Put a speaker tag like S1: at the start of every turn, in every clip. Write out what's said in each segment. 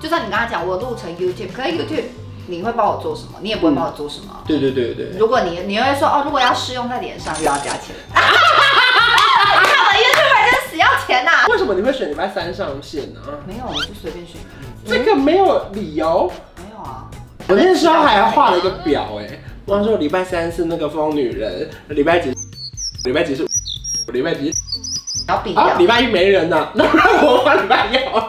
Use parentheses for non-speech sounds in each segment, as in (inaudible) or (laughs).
S1: 就算你跟他讲我录成 YouTube，可是 YouTube 你会帮我做什么？你也不会帮我做什么。
S2: 对对对对，
S1: 如果你你又会说哦，如果要试用在脸上又要加钱，看我 YouTube 就是死要钱呐、
S2: 为什么你会选礼拜三上线呢、
S1: 没有，我就随便选一个，
S2: 这个没有理由。
S1: 没有啊。
S2: 我那时候还画了一个表、哎，我想说礼拜三是那个疯女人，礼拜几，礼拜几是，礼拜几
S1: 你要比
S2: 啊，
S1: 掉
S2: 礼。拜一没人呢、那不然我画礼拜一好了。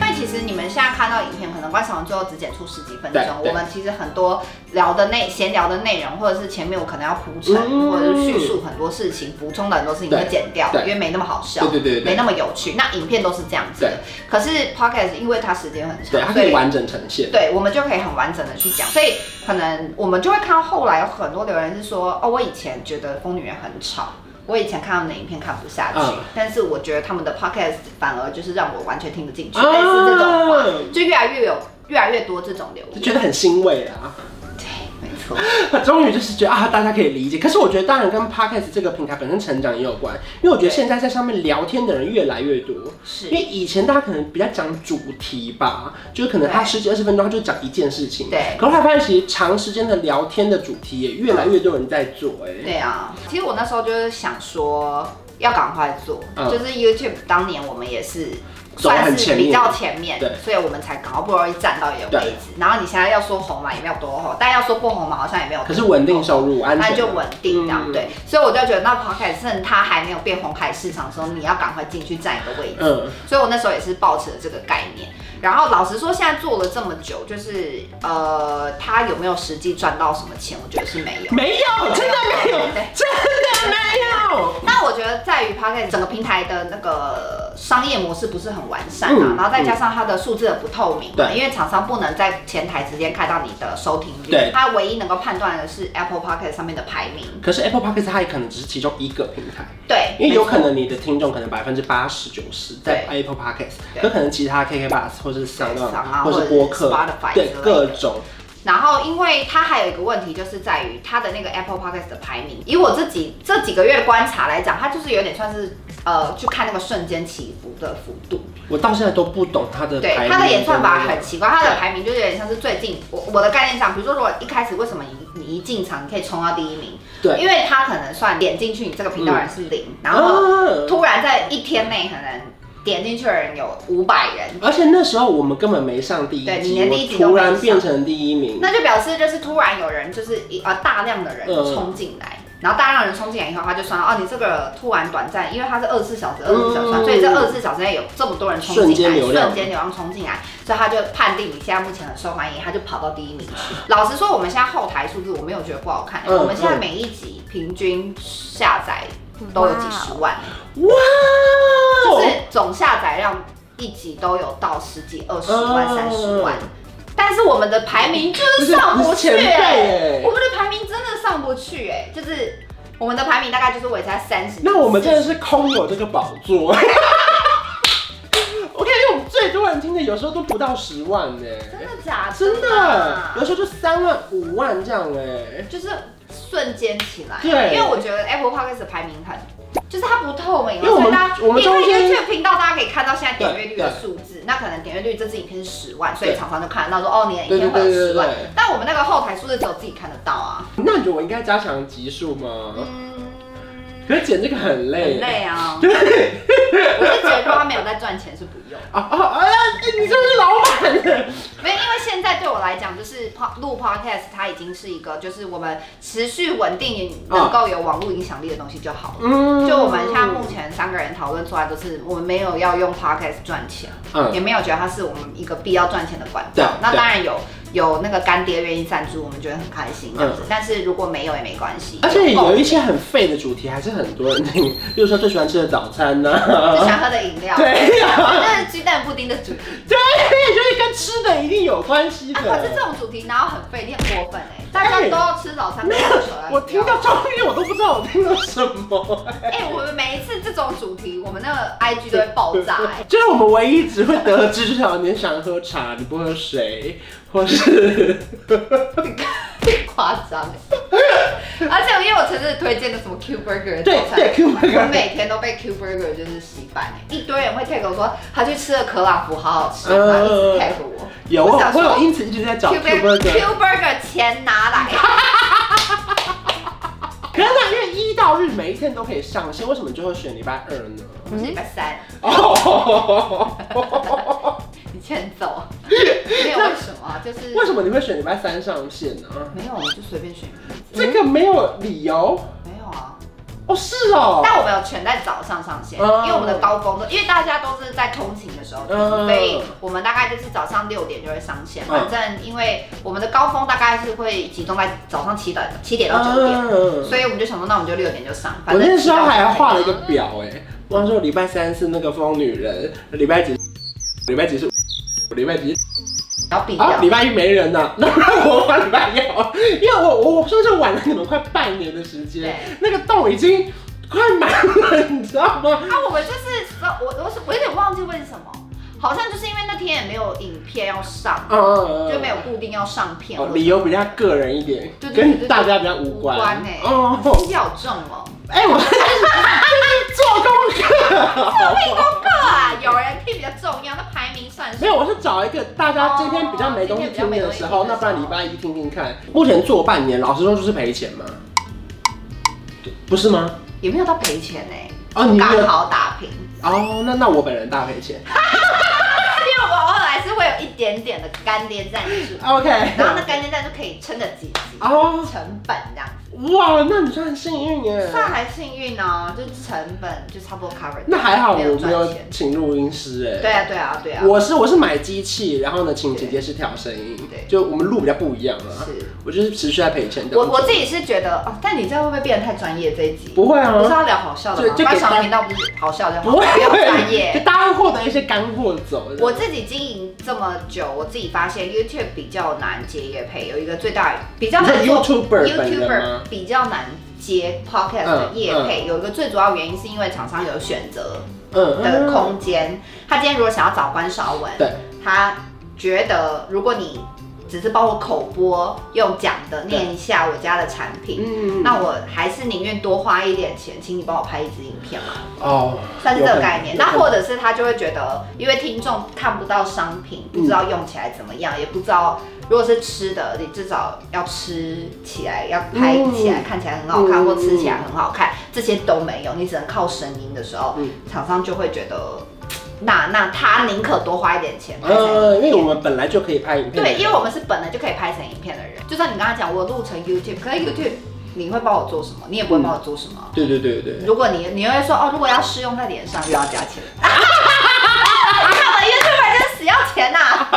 S1: 但其实你们现在看到影片，可能观赏完最后只剪出十几分钟
S2: 对。对
S1: 我们其实很多聊的内闲聊的内容，或者是前面我可能要铺陈，
S2: 嗯
S1: 或者是叙述很多事情，补充的很多事情
S2: 对
S1: 会剪掉，
S2: 对
S1: 因为没那么好笑
S2: 对，对对
S1: 没
S2: 对
S1: 那么有趣。那影片都是这样子的，可是 podcast 因为它时间很
S2: 对，它
S1: 长，
S2: 可以完整呈现。
S1: 对，我们就可以很完整的去讲，所以可能我们就会看到后来有很多留言是说，哦，我以前觉得疯女人很吵，我以前看他们的影片看不下去，
S2: 嗯
S1: 但是我觉得他们的 podcast 反而就是让我完全听不进去，类似这种话，
S2: 啊
S1: 就越来越有越来越多这种留
S2: 就
S1: 言。
S2: 觉得很欣慰啊！
S1: 对，没错，
S2: (laughs) 终于就是觉得啊，大家可以理解。可是我觉得，当然跟 podcast 这个平台本身成长也有关，因为我觉得现在在上面聊天的人越来越多。
S1: 是
S2: 因为以前大家可能比较讲主题吧，就是可能他
S1: 对
S2: 十几二十分钟他就讲一件事情。
S1: 对
S2: 可是他发现，其实长时间的聊天的主题也越来越多人在做、哎，
S1: 对啊，其实我那时候就是想说要赶快做，
S2: 嗯
S1: 就是 YouTube 当年我们也是。
S2: 走得
S1: 算
S2: 很
S1: 是
S2: 前面
S1: 比较前面，
S2: 对
S1: 所以我们才好不容易站到一个位置。然后你现在要说红嘛，也没有多红；但要说不红嘛，好像也没有多
S2: 可是稳定收入安
S1: 那
S2: 全。
S1: 就稳定这样、
S2: 嗯
S1: 对。所以我就觉得，那 podcast 趁它还没有变红海市场的时候，你要赶快进去占一个位置。 (laughs)
S2: 嗯，
S1: 所以我那时候也是抱持了这个概念。然后老实说，现在做了这么久，就是呃，他有没有实际赚到什么钱？我觉得是没有。
S2: 没有，真的没 (laughs) 有，
S1: 对
S2: 真的没有。
S1: 那我觉得在于 p o c a s t 整个平台的那个商业模式不是很完善啊，
S2: 嗯
S1: 然后再加上它的数字的不透明嘛，
S2: 对
S1: 因为厂商不能在前台直接看到你的收听率，
S2: 对
S1: 它唯一能够判断的是 Apple p o c a s t 上面的排名，
S2: 可是 Apple Podcast 它也可能只是其中一个平台。
S1: 对，
S2: 因为有
S1: 没错
S2: 可能你的听众可能百分之八十九十在
S1: 对
S2: Apple Podcast，
S1: 对
S2: 可可能其他 KK Bus 或是 s o
S1: 对
S2: u
S1: 上啊
S2: 或
S1: 或者
S2: 是
S1: 是
S2: 播客
S1: Spotify，
S2: 对
S1: 之类的
S2: 各种，
S1: 然后，因为它还有一个问题，就是在于它的那个 Apple Podcast 的排名。以我自己这几个月的观察来讲，它就是有点算是呃，去看那个瞬间起伏的幅度。
S2: 我到现在都不懂它的排
S1: 对，
S2: 名
S1: 它的演算法很
S2: 在
S1: 奇怪，它的
S2: 对
S1: 排名就是有点像是最近我我的概念上，比如说如果一开始为什么你你一进场你可以冲到第一名，
S2: 对
S1: 因为它可能算点进去你这个频道的人是零，然
S2: 哪
S1: 后
S2: 里啊
S1: 突然在一天内可能点进去的人有五百人，
S2: 而且那时候我们根本没上第一
S1: 对
S2: 集，
S1: 你连第一集
S2: 我
S1: 都
S2: 突
S1: 没
S2: 然
S1: 上
S2: 变成第一名，
S1: 那就表示就是突然有人就是一呃大量的人
S2: 嗯
S1: 冲进来，然后大量人冲进来以后，他就算哦，你这个突然短暂，因为它是二十四小时，二十四小时算，
S2: 嗯
S1: 所以这二十四小时内有这么多人冲
S2: 瞬
S1: 进
S2: 间
S1: 来，
S2: 流量
S1: 瞬间流量冲进来，所以他就判定你现在目前很受欢迎，他就跑到第一名去。老实说，我们现在后台数字我没有觉得不好看，
S2: 嗯
S1: 我们现在每一集平均下载都有几十万，就
S2: 哇
S1: 是，总下载量一集都有到十几、二十万、
S2: 嗯
S1: 三十万。但是我们的排名就是上不去、
S2: 前辈
S1: 欸，
S2: 哎
S1: 我，们的排名真的上不去哎、就是我们的排名大概就是维持在三十。
S2: 那我们真的是空有这个宝座。 (laughs) 我看，因为我们最多人听的有时候都不到十万呢、
S1: 真的假的？啊
S2: 真的，有时候就三万、五万这样哎、
S1: 就是瞬间起来。
S2: 对
S1: 因为我觉得 Apple Podcast 的排名很，就是它不透明啊，
S2: 因为我们
S1: 所以大家
S2: 我们中
S1: 因
S2: 间
S1: 为 YouTube 频道大家可以看到现在点阅率的
S2: 对
S1: 数字，那可能点阅率这支影片是十万，所以
S2: 对
S1: 厂商就看得到说哦，你的影
S2: 对对
S1: 片会有
S2: 对对
S1: 十万
S2: 对。
S1: 但我们那个后台数字只有自己看得到啊。
S2: 那你觉得我应该加强集数吗？
S1: 嗯，
S2: 可是剪这个很累。
S1: 很累啊。对，我是觉得如果他没有在赚钱是不用。
S2: 啊啊啊！哎你真的是老板呢？
S1: 没有，因为现在对我来讲，就是 po- 录 podcast，它已经是一个，就是我们持续稳定
S2: 哦
S1: 能够有网络影响力的东西就好了。
S2: 嗯
S1: (laughs) 就我们现在目前三个人讨论出来，都是我们没有要用 podcast 赚钱，
S2: 嗯
S1: 也没有觉得它是我们一个必要赚钱的管
S2: 对啊
S1: 道。那
S2: 对
S1: 当然有有那个干爹愿意赞助，我们觉得很开心这样子。但是如果没有也没关系，哦
S2: 嗯而且
S1: 够
S2: 有一些很废的主题，还是很多人 (laughs) 听，比如说最喜欢吃的早餐呢、
S1: 就想喝的饮料，
S2: 对呀、 (laughs)
S1: 就是鸡蛋布丁的主题。
S2: 对，就是跟吃的一定有关系的。
S1: 啊，可是这种主题，然后很费，你很过分哎、大家都要吃
S2: (laughs)
S1: 早餐，没有喝水啊。
S2: 我听到照片，我都不知道我听到什么、 (laughs)
S1: 哎、我们每一次这种主题，我们那个 IG 都会爆炸、哎，
S2: 就是我们唯一只会得知，就是好像你想喝茶，你不喝水，或是
S1: (laughs) 夸张、哎而且是推荐的什么 Q Burger 的
S2: 对
S1: 早餐
S2: 对，Q
S1: 我
S2: burger，
S1: 每天都被 Q Burger 就是洗版欸一堆人会 take 我说他去吃了可拉福，好好吃，
S2: 嗯
S1: 他一直 take 我。
S2: 有
S1: 我
S2: 我
S1: 想
S2: 我
S1: 说
S2: (laughs) 有因此一直在找 Q burger，
S1: Q Burger 钱拿来，
S2: 可是那因为一到日每一天都可以上线，为什么最后选礼拜二
S1: (laughs)
S2: 呢？
S1: 我是礼拜三，
S2: 哦，
S1: 你欠揍。没有为什么啊，就是
S2: (laughs) 为什么你会选礼拜三上线呢？
S1: 没有，我就随便选一个
S2: 这个没有理由
S1: 没有啊。
S2: 哦，是哦，
S1: 但我们有全在早上上线，
S2: 嗯
S1: 因为我们的高峰都，因为大家都是在通勤的时候听，
S2: 嗯
S1: 所以我们大概就是早上六点就会上线。
S2: 嗯
S1: 反正因为我们的高峰大概是会集中在早上七点七点到九点，
S2: 嗯
S1: 所以我们就想说，那我们就六点就上。反
S2: 我
S1: 正嗯
S2: 那时候还画了一
S1: 个，
S2: 个表哎、欸，我那时候礼拜三是那个疯女人，礼拜几，礼拜几是，礼拜几
S1: 然后比较
S2: 啊，礼拜一没人呐、 (laughs) 那不然我画礼拜一好了，因为我我我说是晚了你们快半年的时
S1: 对
S2: 间，。那个洞已经快满了，你知道吗？
S1: 啊，我们就是我我是我有点忘记为什么，好像就是因为那天也没有影片要上，
S2: 嗯，
S1: 就没有固定要上片
S2: 哦
S1: 或，者
S2: 理由比较个人一点，
S1: 对对对
S2: 跟大家比较无关。
S1: 无关欸
S2: 哦，
S1: 要重哦。
S2: 哎、我这是做功课。 (laughs)
S1: 功课啊，有人听比较重要，那排名算
S2: 没
S1: 什么？
S2: 有，我是找一个大家今天比较没东西听
S1: 哦今天比较没东
S2: 的时候，
S1: 西听的时候
S2: 那不然礼拜一听听看。目前做半年，老实说就是赔钱嘛，对不是吗？
S1: 也没有到赔钱呢、
S2: 哦，你
S1: 刚
S2: 的
S1: 好打平， (laughs)
S2: 哦，那那我本人大赔钱。
S1: 因为我偶尔还是会有一点点的干爹赞助，
S2: OK，
S1: 然后那干爹赞助可以撑得几集
S2: 哦，
S1: 成本这样子，
S2: 哇，那你算很幸运耶。
S1: 算还幸运哦，就成本就差不多 cover 掉。
S2: 那还好我
S1: 没
S2: 没
S1: 有
S2: 有
S1: 赚钱
S2: 请录音师哎。
S1: 对啊对啊对啊，
S2: 我是我是买机器，然后呢，请姐姐是调声音，
S1: 对
S2: 就我们录比较不一样啊。
S1: 是
S2: 我就是持续在赔钱的。
S1: 我我自己是觉得哦，但你这样会不会变得太专业这一集？
S2: 不会啊
S1: 不是，要聊好笑的吗？
S2: 就就
S1: 八
S2: 给大
S1: 小频道不是好笑就好，
S2: 不会，
S1: 要专
S2: 就
S1: 业。
S2: 大家会获得一些干货走。
S1: 我自己经营这么久，我自己发现 YouTube 比较难接业配，有一个最大比较
S2: 你
S1: 难
S2: 是
S1: 做
S2: YouTuber 本人
S1: YouTuber
S2: 吗？
S1: 比较难接 Podcast 的业配，有一个最主要原因是因为厂商有选择
S2: 嗯
S1: 的空间。他今天如果想要找关少文，
S2: 对，
S1: 他觉得如果你只是帮我口播用讲的
S2: 对
S1: 念一下我家的产品，
S2: 嗯
S1: 那我还是宁愿多花一点钱，请你帮我拍一支影片嘛，
S2: 哦，
S1: 算是这个概念。
S2: 有可
S1: 那
S2: 能
S1: 或者是他就会觉得，因为听众看不到商品，不知
S2: 嗯
S1: 道用起来怎么样，也不知道如果是吃的，你至少要吃起来，要拍起来、看起来很好看，
S2: 嗯
S1: 或吃起来很好看，这些都没有，你只能靠声音的时候
S2: 嗯，
S1: 厂、商就会觉得，那那他宁可多花一点钱拍成
S2: 呃，
S1: 影
S2: 因为我
S1: 片。
S2: 们本来就可以拍影片，
S1: 对，因为我们是本来就可以拍成影片的人，就像你刚刚讲，我录成 YouTube，可是 YouTube 你会帮我做什么？你也不会帮我做什么啊。
S2: 对对对对对，
S1: 如果你你又会说哦，如果要试用在脸上又要加
S2: (laughs)
S1: 钱，啊看我 YouTuber 真是死要钱呐、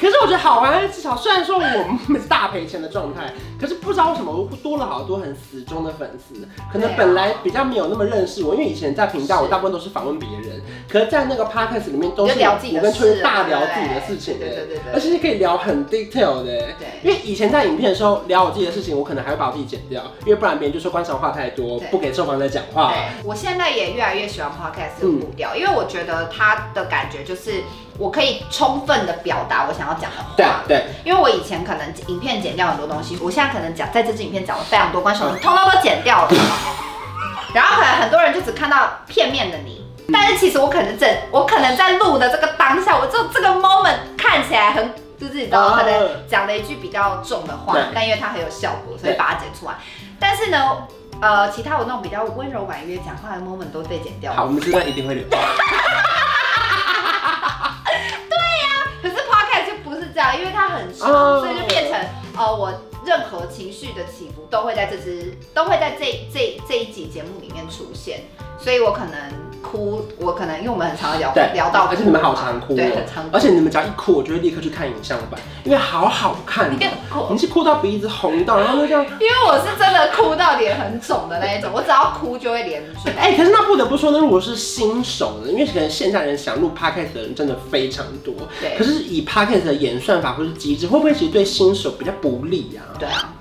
S2: 可是我觉得好玩，至少虽然说我们是大赔钱的状态，可是不知道为什么我多了好多很死忠的粉丝，可能本来比较没有那么认识我，因为以前在频道我大部分都是访问别人，可是在那个 podcast 里面都是
S1: 就聊自己的
S2: 我跟秋
S1: 事
S2: 月大聊
S1: 对不对
S2: 自己的事情，哎
S1: 对对对对
S2: 而且是可以聊很 detail 的，因为以前在影片的时候聊我自己的事情，我可能还会把我自己剪掉，因为不然别人就说观赏话太多
S1: 对，
S2: 不给受访者讲话
S1: 对，，我现在也越来越喜欢 podcast
S2: 嗯
S1: 这个步调，因为我觉得它的感觉就是我可以充分的表达我想要讲的
S2: 对
S1: 话。
S2: 对，
S1: 因为我以前可能影片剪掉很多东西，我现在可能讲在这支影片讲了非常多观赏，通通都剪掉了。然后可能很多人就只看到片面的你，但是其实我可能在我可能在录的这个当下，我就这个 moment 看起来很就是你知道，
S2: 嗯
S1: 可能讲了一句比较重的话
S2: 对，
S1: 但因为它很有效果，所以把它剪出来。但是呢，呃，其他我那种比较温柔婉约讲话的 moment 都被剪掉了
S2: 好，。我们这段一定会留。
S1: 可是 podcast 就不是这样，因为它很长，
S2: 哦
S1: 所以就变成呃，我任何情绪的起伏都会在这支，都会在这这这一集节目里面出现，所以我可能哭，我可能因为我们很常聊
S2: 对，
S1: 聊到哭嘛，
S2: 而且你们好常哭、
S1: 对，很
S2: 哦
S1: 常，哭，
S2: 而且你们只要一哭，我就会立刻去看影像版，因为好好看、
S1: 你
S2: 哦。
S1: 更哭
S2: 你。是哭到鼻子红到，然后就这样。
S1: 因为我是真的哭到脸很肿的那一种，我只要哭就会脸肿。
S2: 哎、可是那不得不说呢，如果是新手呢，因为可能现在人想录 podcast 的人真的非常多，
S1: 对
S2: 可是以 podcast 的演算法或是机制，会不会其实对新手比较不利啊？
S1: 对啊，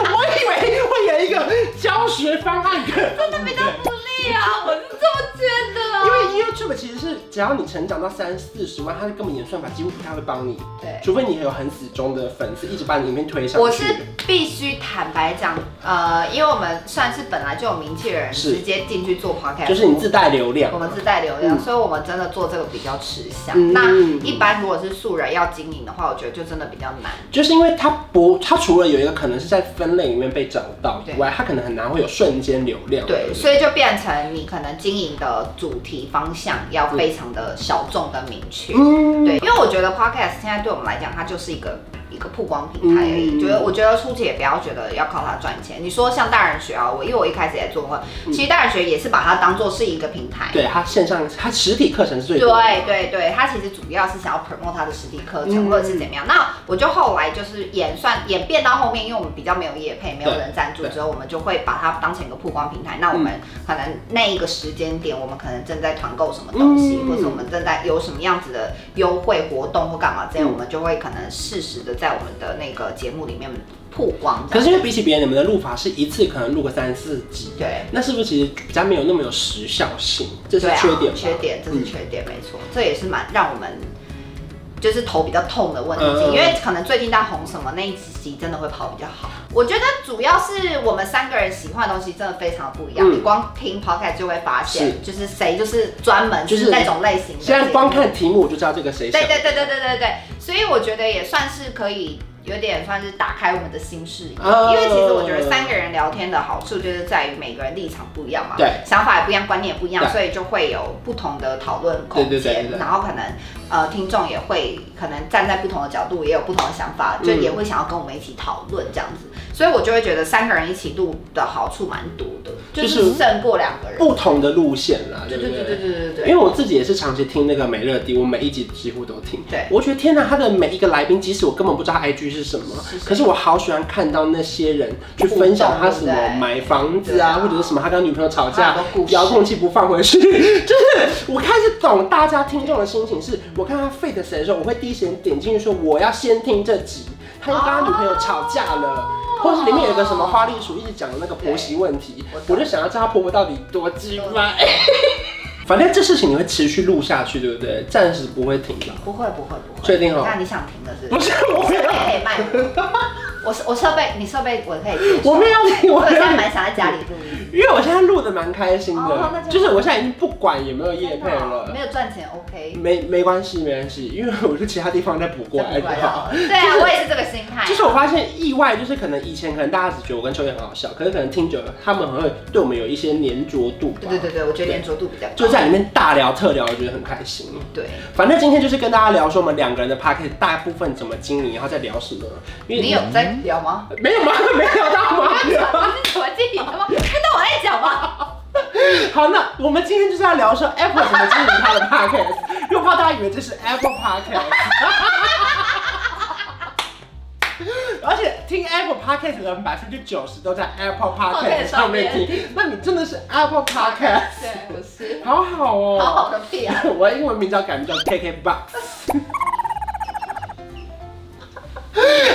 S2: 我以为会有一个教
S1: (laughs)
S2: 学方案可，
S1: 真的比较不利啊，我是这么觉得啊。
S2: 因为 YouTube 其实是只要你成长到三四十万，它根本演算法几乎不太会帮你，
S1: 对。
S2: 除非你有很死忠的粉丝一直把你影片推上去。
S1: 我是必须坦白讲，呃，因为我们算是本来就有名气的人，
S2: 是
S1: 直接进去做 podcast，
S2: 就是你自带流量
S1: 我，们自带流量，
S2: 嗯
S1: 所以我们真的做这个比较吃香。
S2: 嗯
S1: 那一般如果是素人要经营的话，我觉得就真的比较难。
S2: 就是因为它不，它除了有一个可能是在分类里面被找到以
S1: 对
S2: 外，它可能很难会有瞬间流量。
S1: 对，所以就变成你可能经营的主题方向要非常的小众跟明确。
S2: 嗯，
S1: 对，因为我觉得 podcast 现在对我们来讲，它就是一个一个曝光平台而已。
S2: 嗯
S1: 觉得我觉得初期也不要觉得要靠它赚钱。你说像大人学啊，我因为我一开始也做过，
S2: 嗯
S1: 其实大人学也是把它当做是一个平台。
S2: 对，它线上它实体课程是最多的。
S1: 对对对，他其实主要是想要 promote 他的实体课程、
S2: 嗯
S1: 或者是怎么样。那我就后来就是演算演变到后面，因为我们比较没有业配，没有人赞助
S2: 对嗯
S1: 之后，我们就会把它当成一个曝光平台。那我们可能那一个时间点，我们可能正在团购什么东西，
S2: 嗯
S1: 或者我们正在有什么样子的优惠活动或干嘛这样，
S2: 嗯
S1: 我们就会可能适时的在我们的那个节目里面曝光这
S2: 可
S1: 样。
S2: 是因为比起别人，你们的录法是一次可能录个三四集，
S1: 对。
S2: 那是不是其实比较没有那么有时效性？这是
S1: 对
S2: 缺点
S1: 啊
S2: 吧、、
S1: 缺点，这是
S2: 嗯
S1: 缺点，没错，这也是蛮让我们就是头比较痛的问题，
S2: 嗯
S1: 因为可能最近在红什么那一集真的会跑比较好。我觉得主要是我们三个人喜欢的东西真的非常不一样，
S2: 嗯
S1: 你光听 podcast 就会发现，就是谁就是专门
S2: 就是
S1: 是那种类型的节目，
S2: 现在光看题目我就知道这个谁想
S1: 对对对对对对对，所以我觉得也算是可以。有点算是打开我们的心视野，
S2: 哦
S1: 因为其实我觉得三个人聊天的好处就是在于每个人立场不一样嘛，
S2: 对
S1: 想法也不一样，观念也不一样，
S2: 对
S1: 所以就会有不同的讨论空
S2: 对对对
S1: 间
S2: 对，对
S1: 然后可能呃听众也会可能站在不同的角度，也有不同的想法，就
S2: 嗯
S1: 也会想要跟我们一起讨论这样子，所以我就会觉得三个人一起录的好处蛮多的，就
S2: 就是
S1: 是胜过两个人。
S2: 不同的路线啦，
S1: 对
S2: 不
S1: 对对对对对对
S2: 因为我自己也是长期听那个美乐蒂，我每一集几乎都听。
S1: 对
S2: 我觉得天哪，他的每一个来宾，即使我根本不知道他 IG 是什么，
S1: 是是
S2: 可是我好喜欢看到那些人去分享他什
S1: 互动对
S2: 么
S1: 不对
S2: 买房子
S1: 对
S2: 啊，
S1: 啊
S2: 或者是什么他跟女朋友吵
S1: 他
S2: 架
S1: 很多故，事
S2: 遥控器不放回去， (laughs) 就是我开始懂大家听众的心情是。我看他 fit 谁的时候，我会第一时间点进去说我要先听这集，他又跟他女朋友吵架
S1: 哦
S2: 了。或者是里面有一个什么花栗鼠一直讲的那个婆媳问题
S1: 对，
S2: 我就想要知道她婆婆到底多鸡巴。 (laughs) 反正这事情你会持续录下去，对不对？暂时不会停吧？
S1: 不会不会不会，
S2: 确定哦
S1: 那你想停的是
S2: 不是，我
S1: 我
S2: 没
S1: 设备
S2: 有，
S1: 可以
S2: (laughs)
S1: 卖我，我设我设备，你设备我可以接受。
S2: 我没有停，我
S1: 我
S2: 没
S1: 现
S2: 有
S1: 在
S2: 停，
S1: 蛮想在家里录音，
S2: 因为我现在录的蛮开心
S1: 哦
S2: 的
S1: 那，就
S2: 就
S1: 好
S2: 是我现在已经不管有没有业
S1: 真的
S2: 配
S1: 哦
S2: 了
S1: 没，有赚钱 OK。
S2: 没没关系，没关系，因为我去其他地方再补过来就好。 (laughs)
S1: 对啊，我也是这个心态
S2: 就。是我发现意外，就是可能以前可能大家只觉得我跟秋叶很好笑，可是可能听久了，他们很会对我们有一些粘着度吧。
S1: 对对对对，我觉得粘着度比较高。
S2: 就在里面大聊特聊，我觉得很开心。
S1: 对，
S2: 反正今天就是跟大家聊说我们两个人的 p a c k e t 大部分怎么经营，然后再聊什么。因
S1: 你有在聊
S2: (laughs)
S1: 吗？
S2: 没有吗？没聊到
S1: (laughs)
S2: 吗？
S1: 你怎么记你的
S2: (laughs)
S1: 吗？不知道我在讲吗？
S2: 好，那我们今天就是要聊说 Apple 怎么经营它的 p a c k e t 又怕大家以为这是 Apple p a c k e t (laughs) 而且听 Apple Podcast 的人百分之九十都在 Apple Podcast 上面听，那你真的是 Apple Podcast，
S1: 对，我是。
S2: 好好哦、
S1: 好好个屁啊！
S2: (laughs) 我的英文名字要改名叫 KKBox。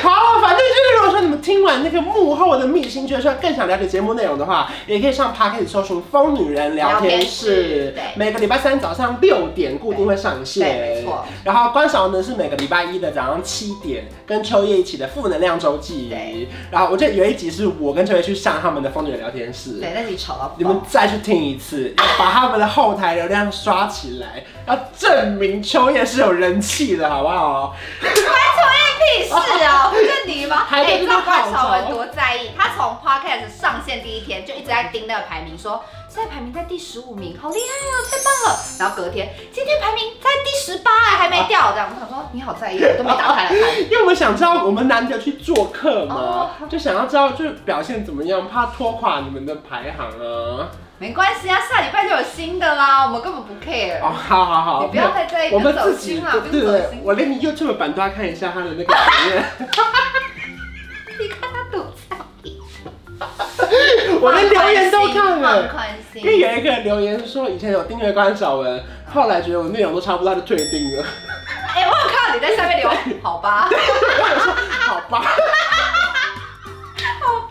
S2: 好，反正就是如果说你们听完那个幕后的秘辛，觉得说更想了解节目内容的话，也可以上 p a r k e t 搜寻“疯女人聊
S1: 聊
S2: 天室
S1: 天室”，对
S2: 每个礼拜三早上六点固定会上线。
S1: 对没错。
S2: 然后观赏呢是每个礼拜一的早上七点，跟秋叶一起的负能量周记。
S1: 对。
S2: 然后我记得有一集是我跟秋叶去上他们的疯女人聊天室。
S1: 对，那集吵啊到
S2: 你
S1: 爆
S2: 们。再去听一次，要把他们的后台流量刷起来，要证明秋叶是有人气的，好不好？
S1: 关秋叶屁事
S2: (laughs)
S1: 哦，是你吗？
S2: 还在
S1: 哎，
S2: 这
S1: 你
S2: 边
S1: 知道关
S2: 好哦
S1: 晓雯
S2: 吵
S1: 多在意？她从 podcast 上线第一天就一直在盯那个排名，说现在排名在第十五名，好厉害哦，太棒了。然后隔天，今天排名在第十八，还没掉。这样我想说，你好在意，我都没打开来看。
S2: 因为我们想知道，我们难得去做客嘛，
S1: 哦
S2: 就想要知道就是表现怎么样，怕拖垮你们的排行啊。
S1: 没关系啊，下礼拜就有新的啦，我们根本不 care。
S2: 哦，好好好，
S1: 你不要再在意
S2: 我们
S1: 不走
S2: 自己
S1: 心啦
S2: 对
S1: 不
S2: 对
S1: 走
S2: 对
S1: 心，
S2: 我连你 YouTube 版都要看一下他的
S1: (laughs)
S2: 那个版面，
S1: 你看他多在意，
S2: 我连留言都看
S1: 很
S2: 了。
S1: 宽
S2: 因为
S1: 心。
S2: 有一个留言说以前有订阅关晓雯，后来觉得我内容都差不多，他就退订了。 (laughs)
S1: 哎，我有看到你在下面留，好吧，
S2: 我想说好吧，
S1: 好吧。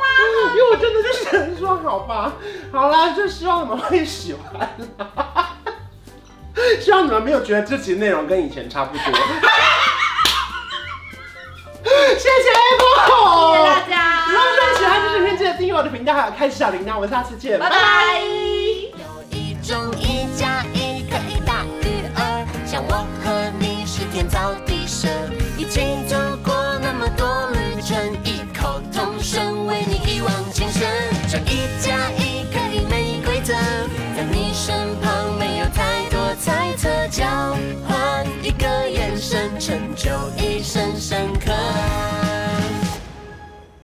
S2: 哎因为我真的就是想说好吧，好啦，就希望你们会喜欢啦。希望你们没有觉得这集内容跟以前差不多。谢谢 Apple，
S1: 谢谢大家
S2: 如果你喜欢这支影片，记得订阅我的频道，还有开启小铃铛。我们下次见，
S1: 拜拜。
S3: 有一种一加一可以大于二，像我和你是天造地设，一起走过那么多旅程，异口同声为你一往情深。这一加一可以没规则，在你身旁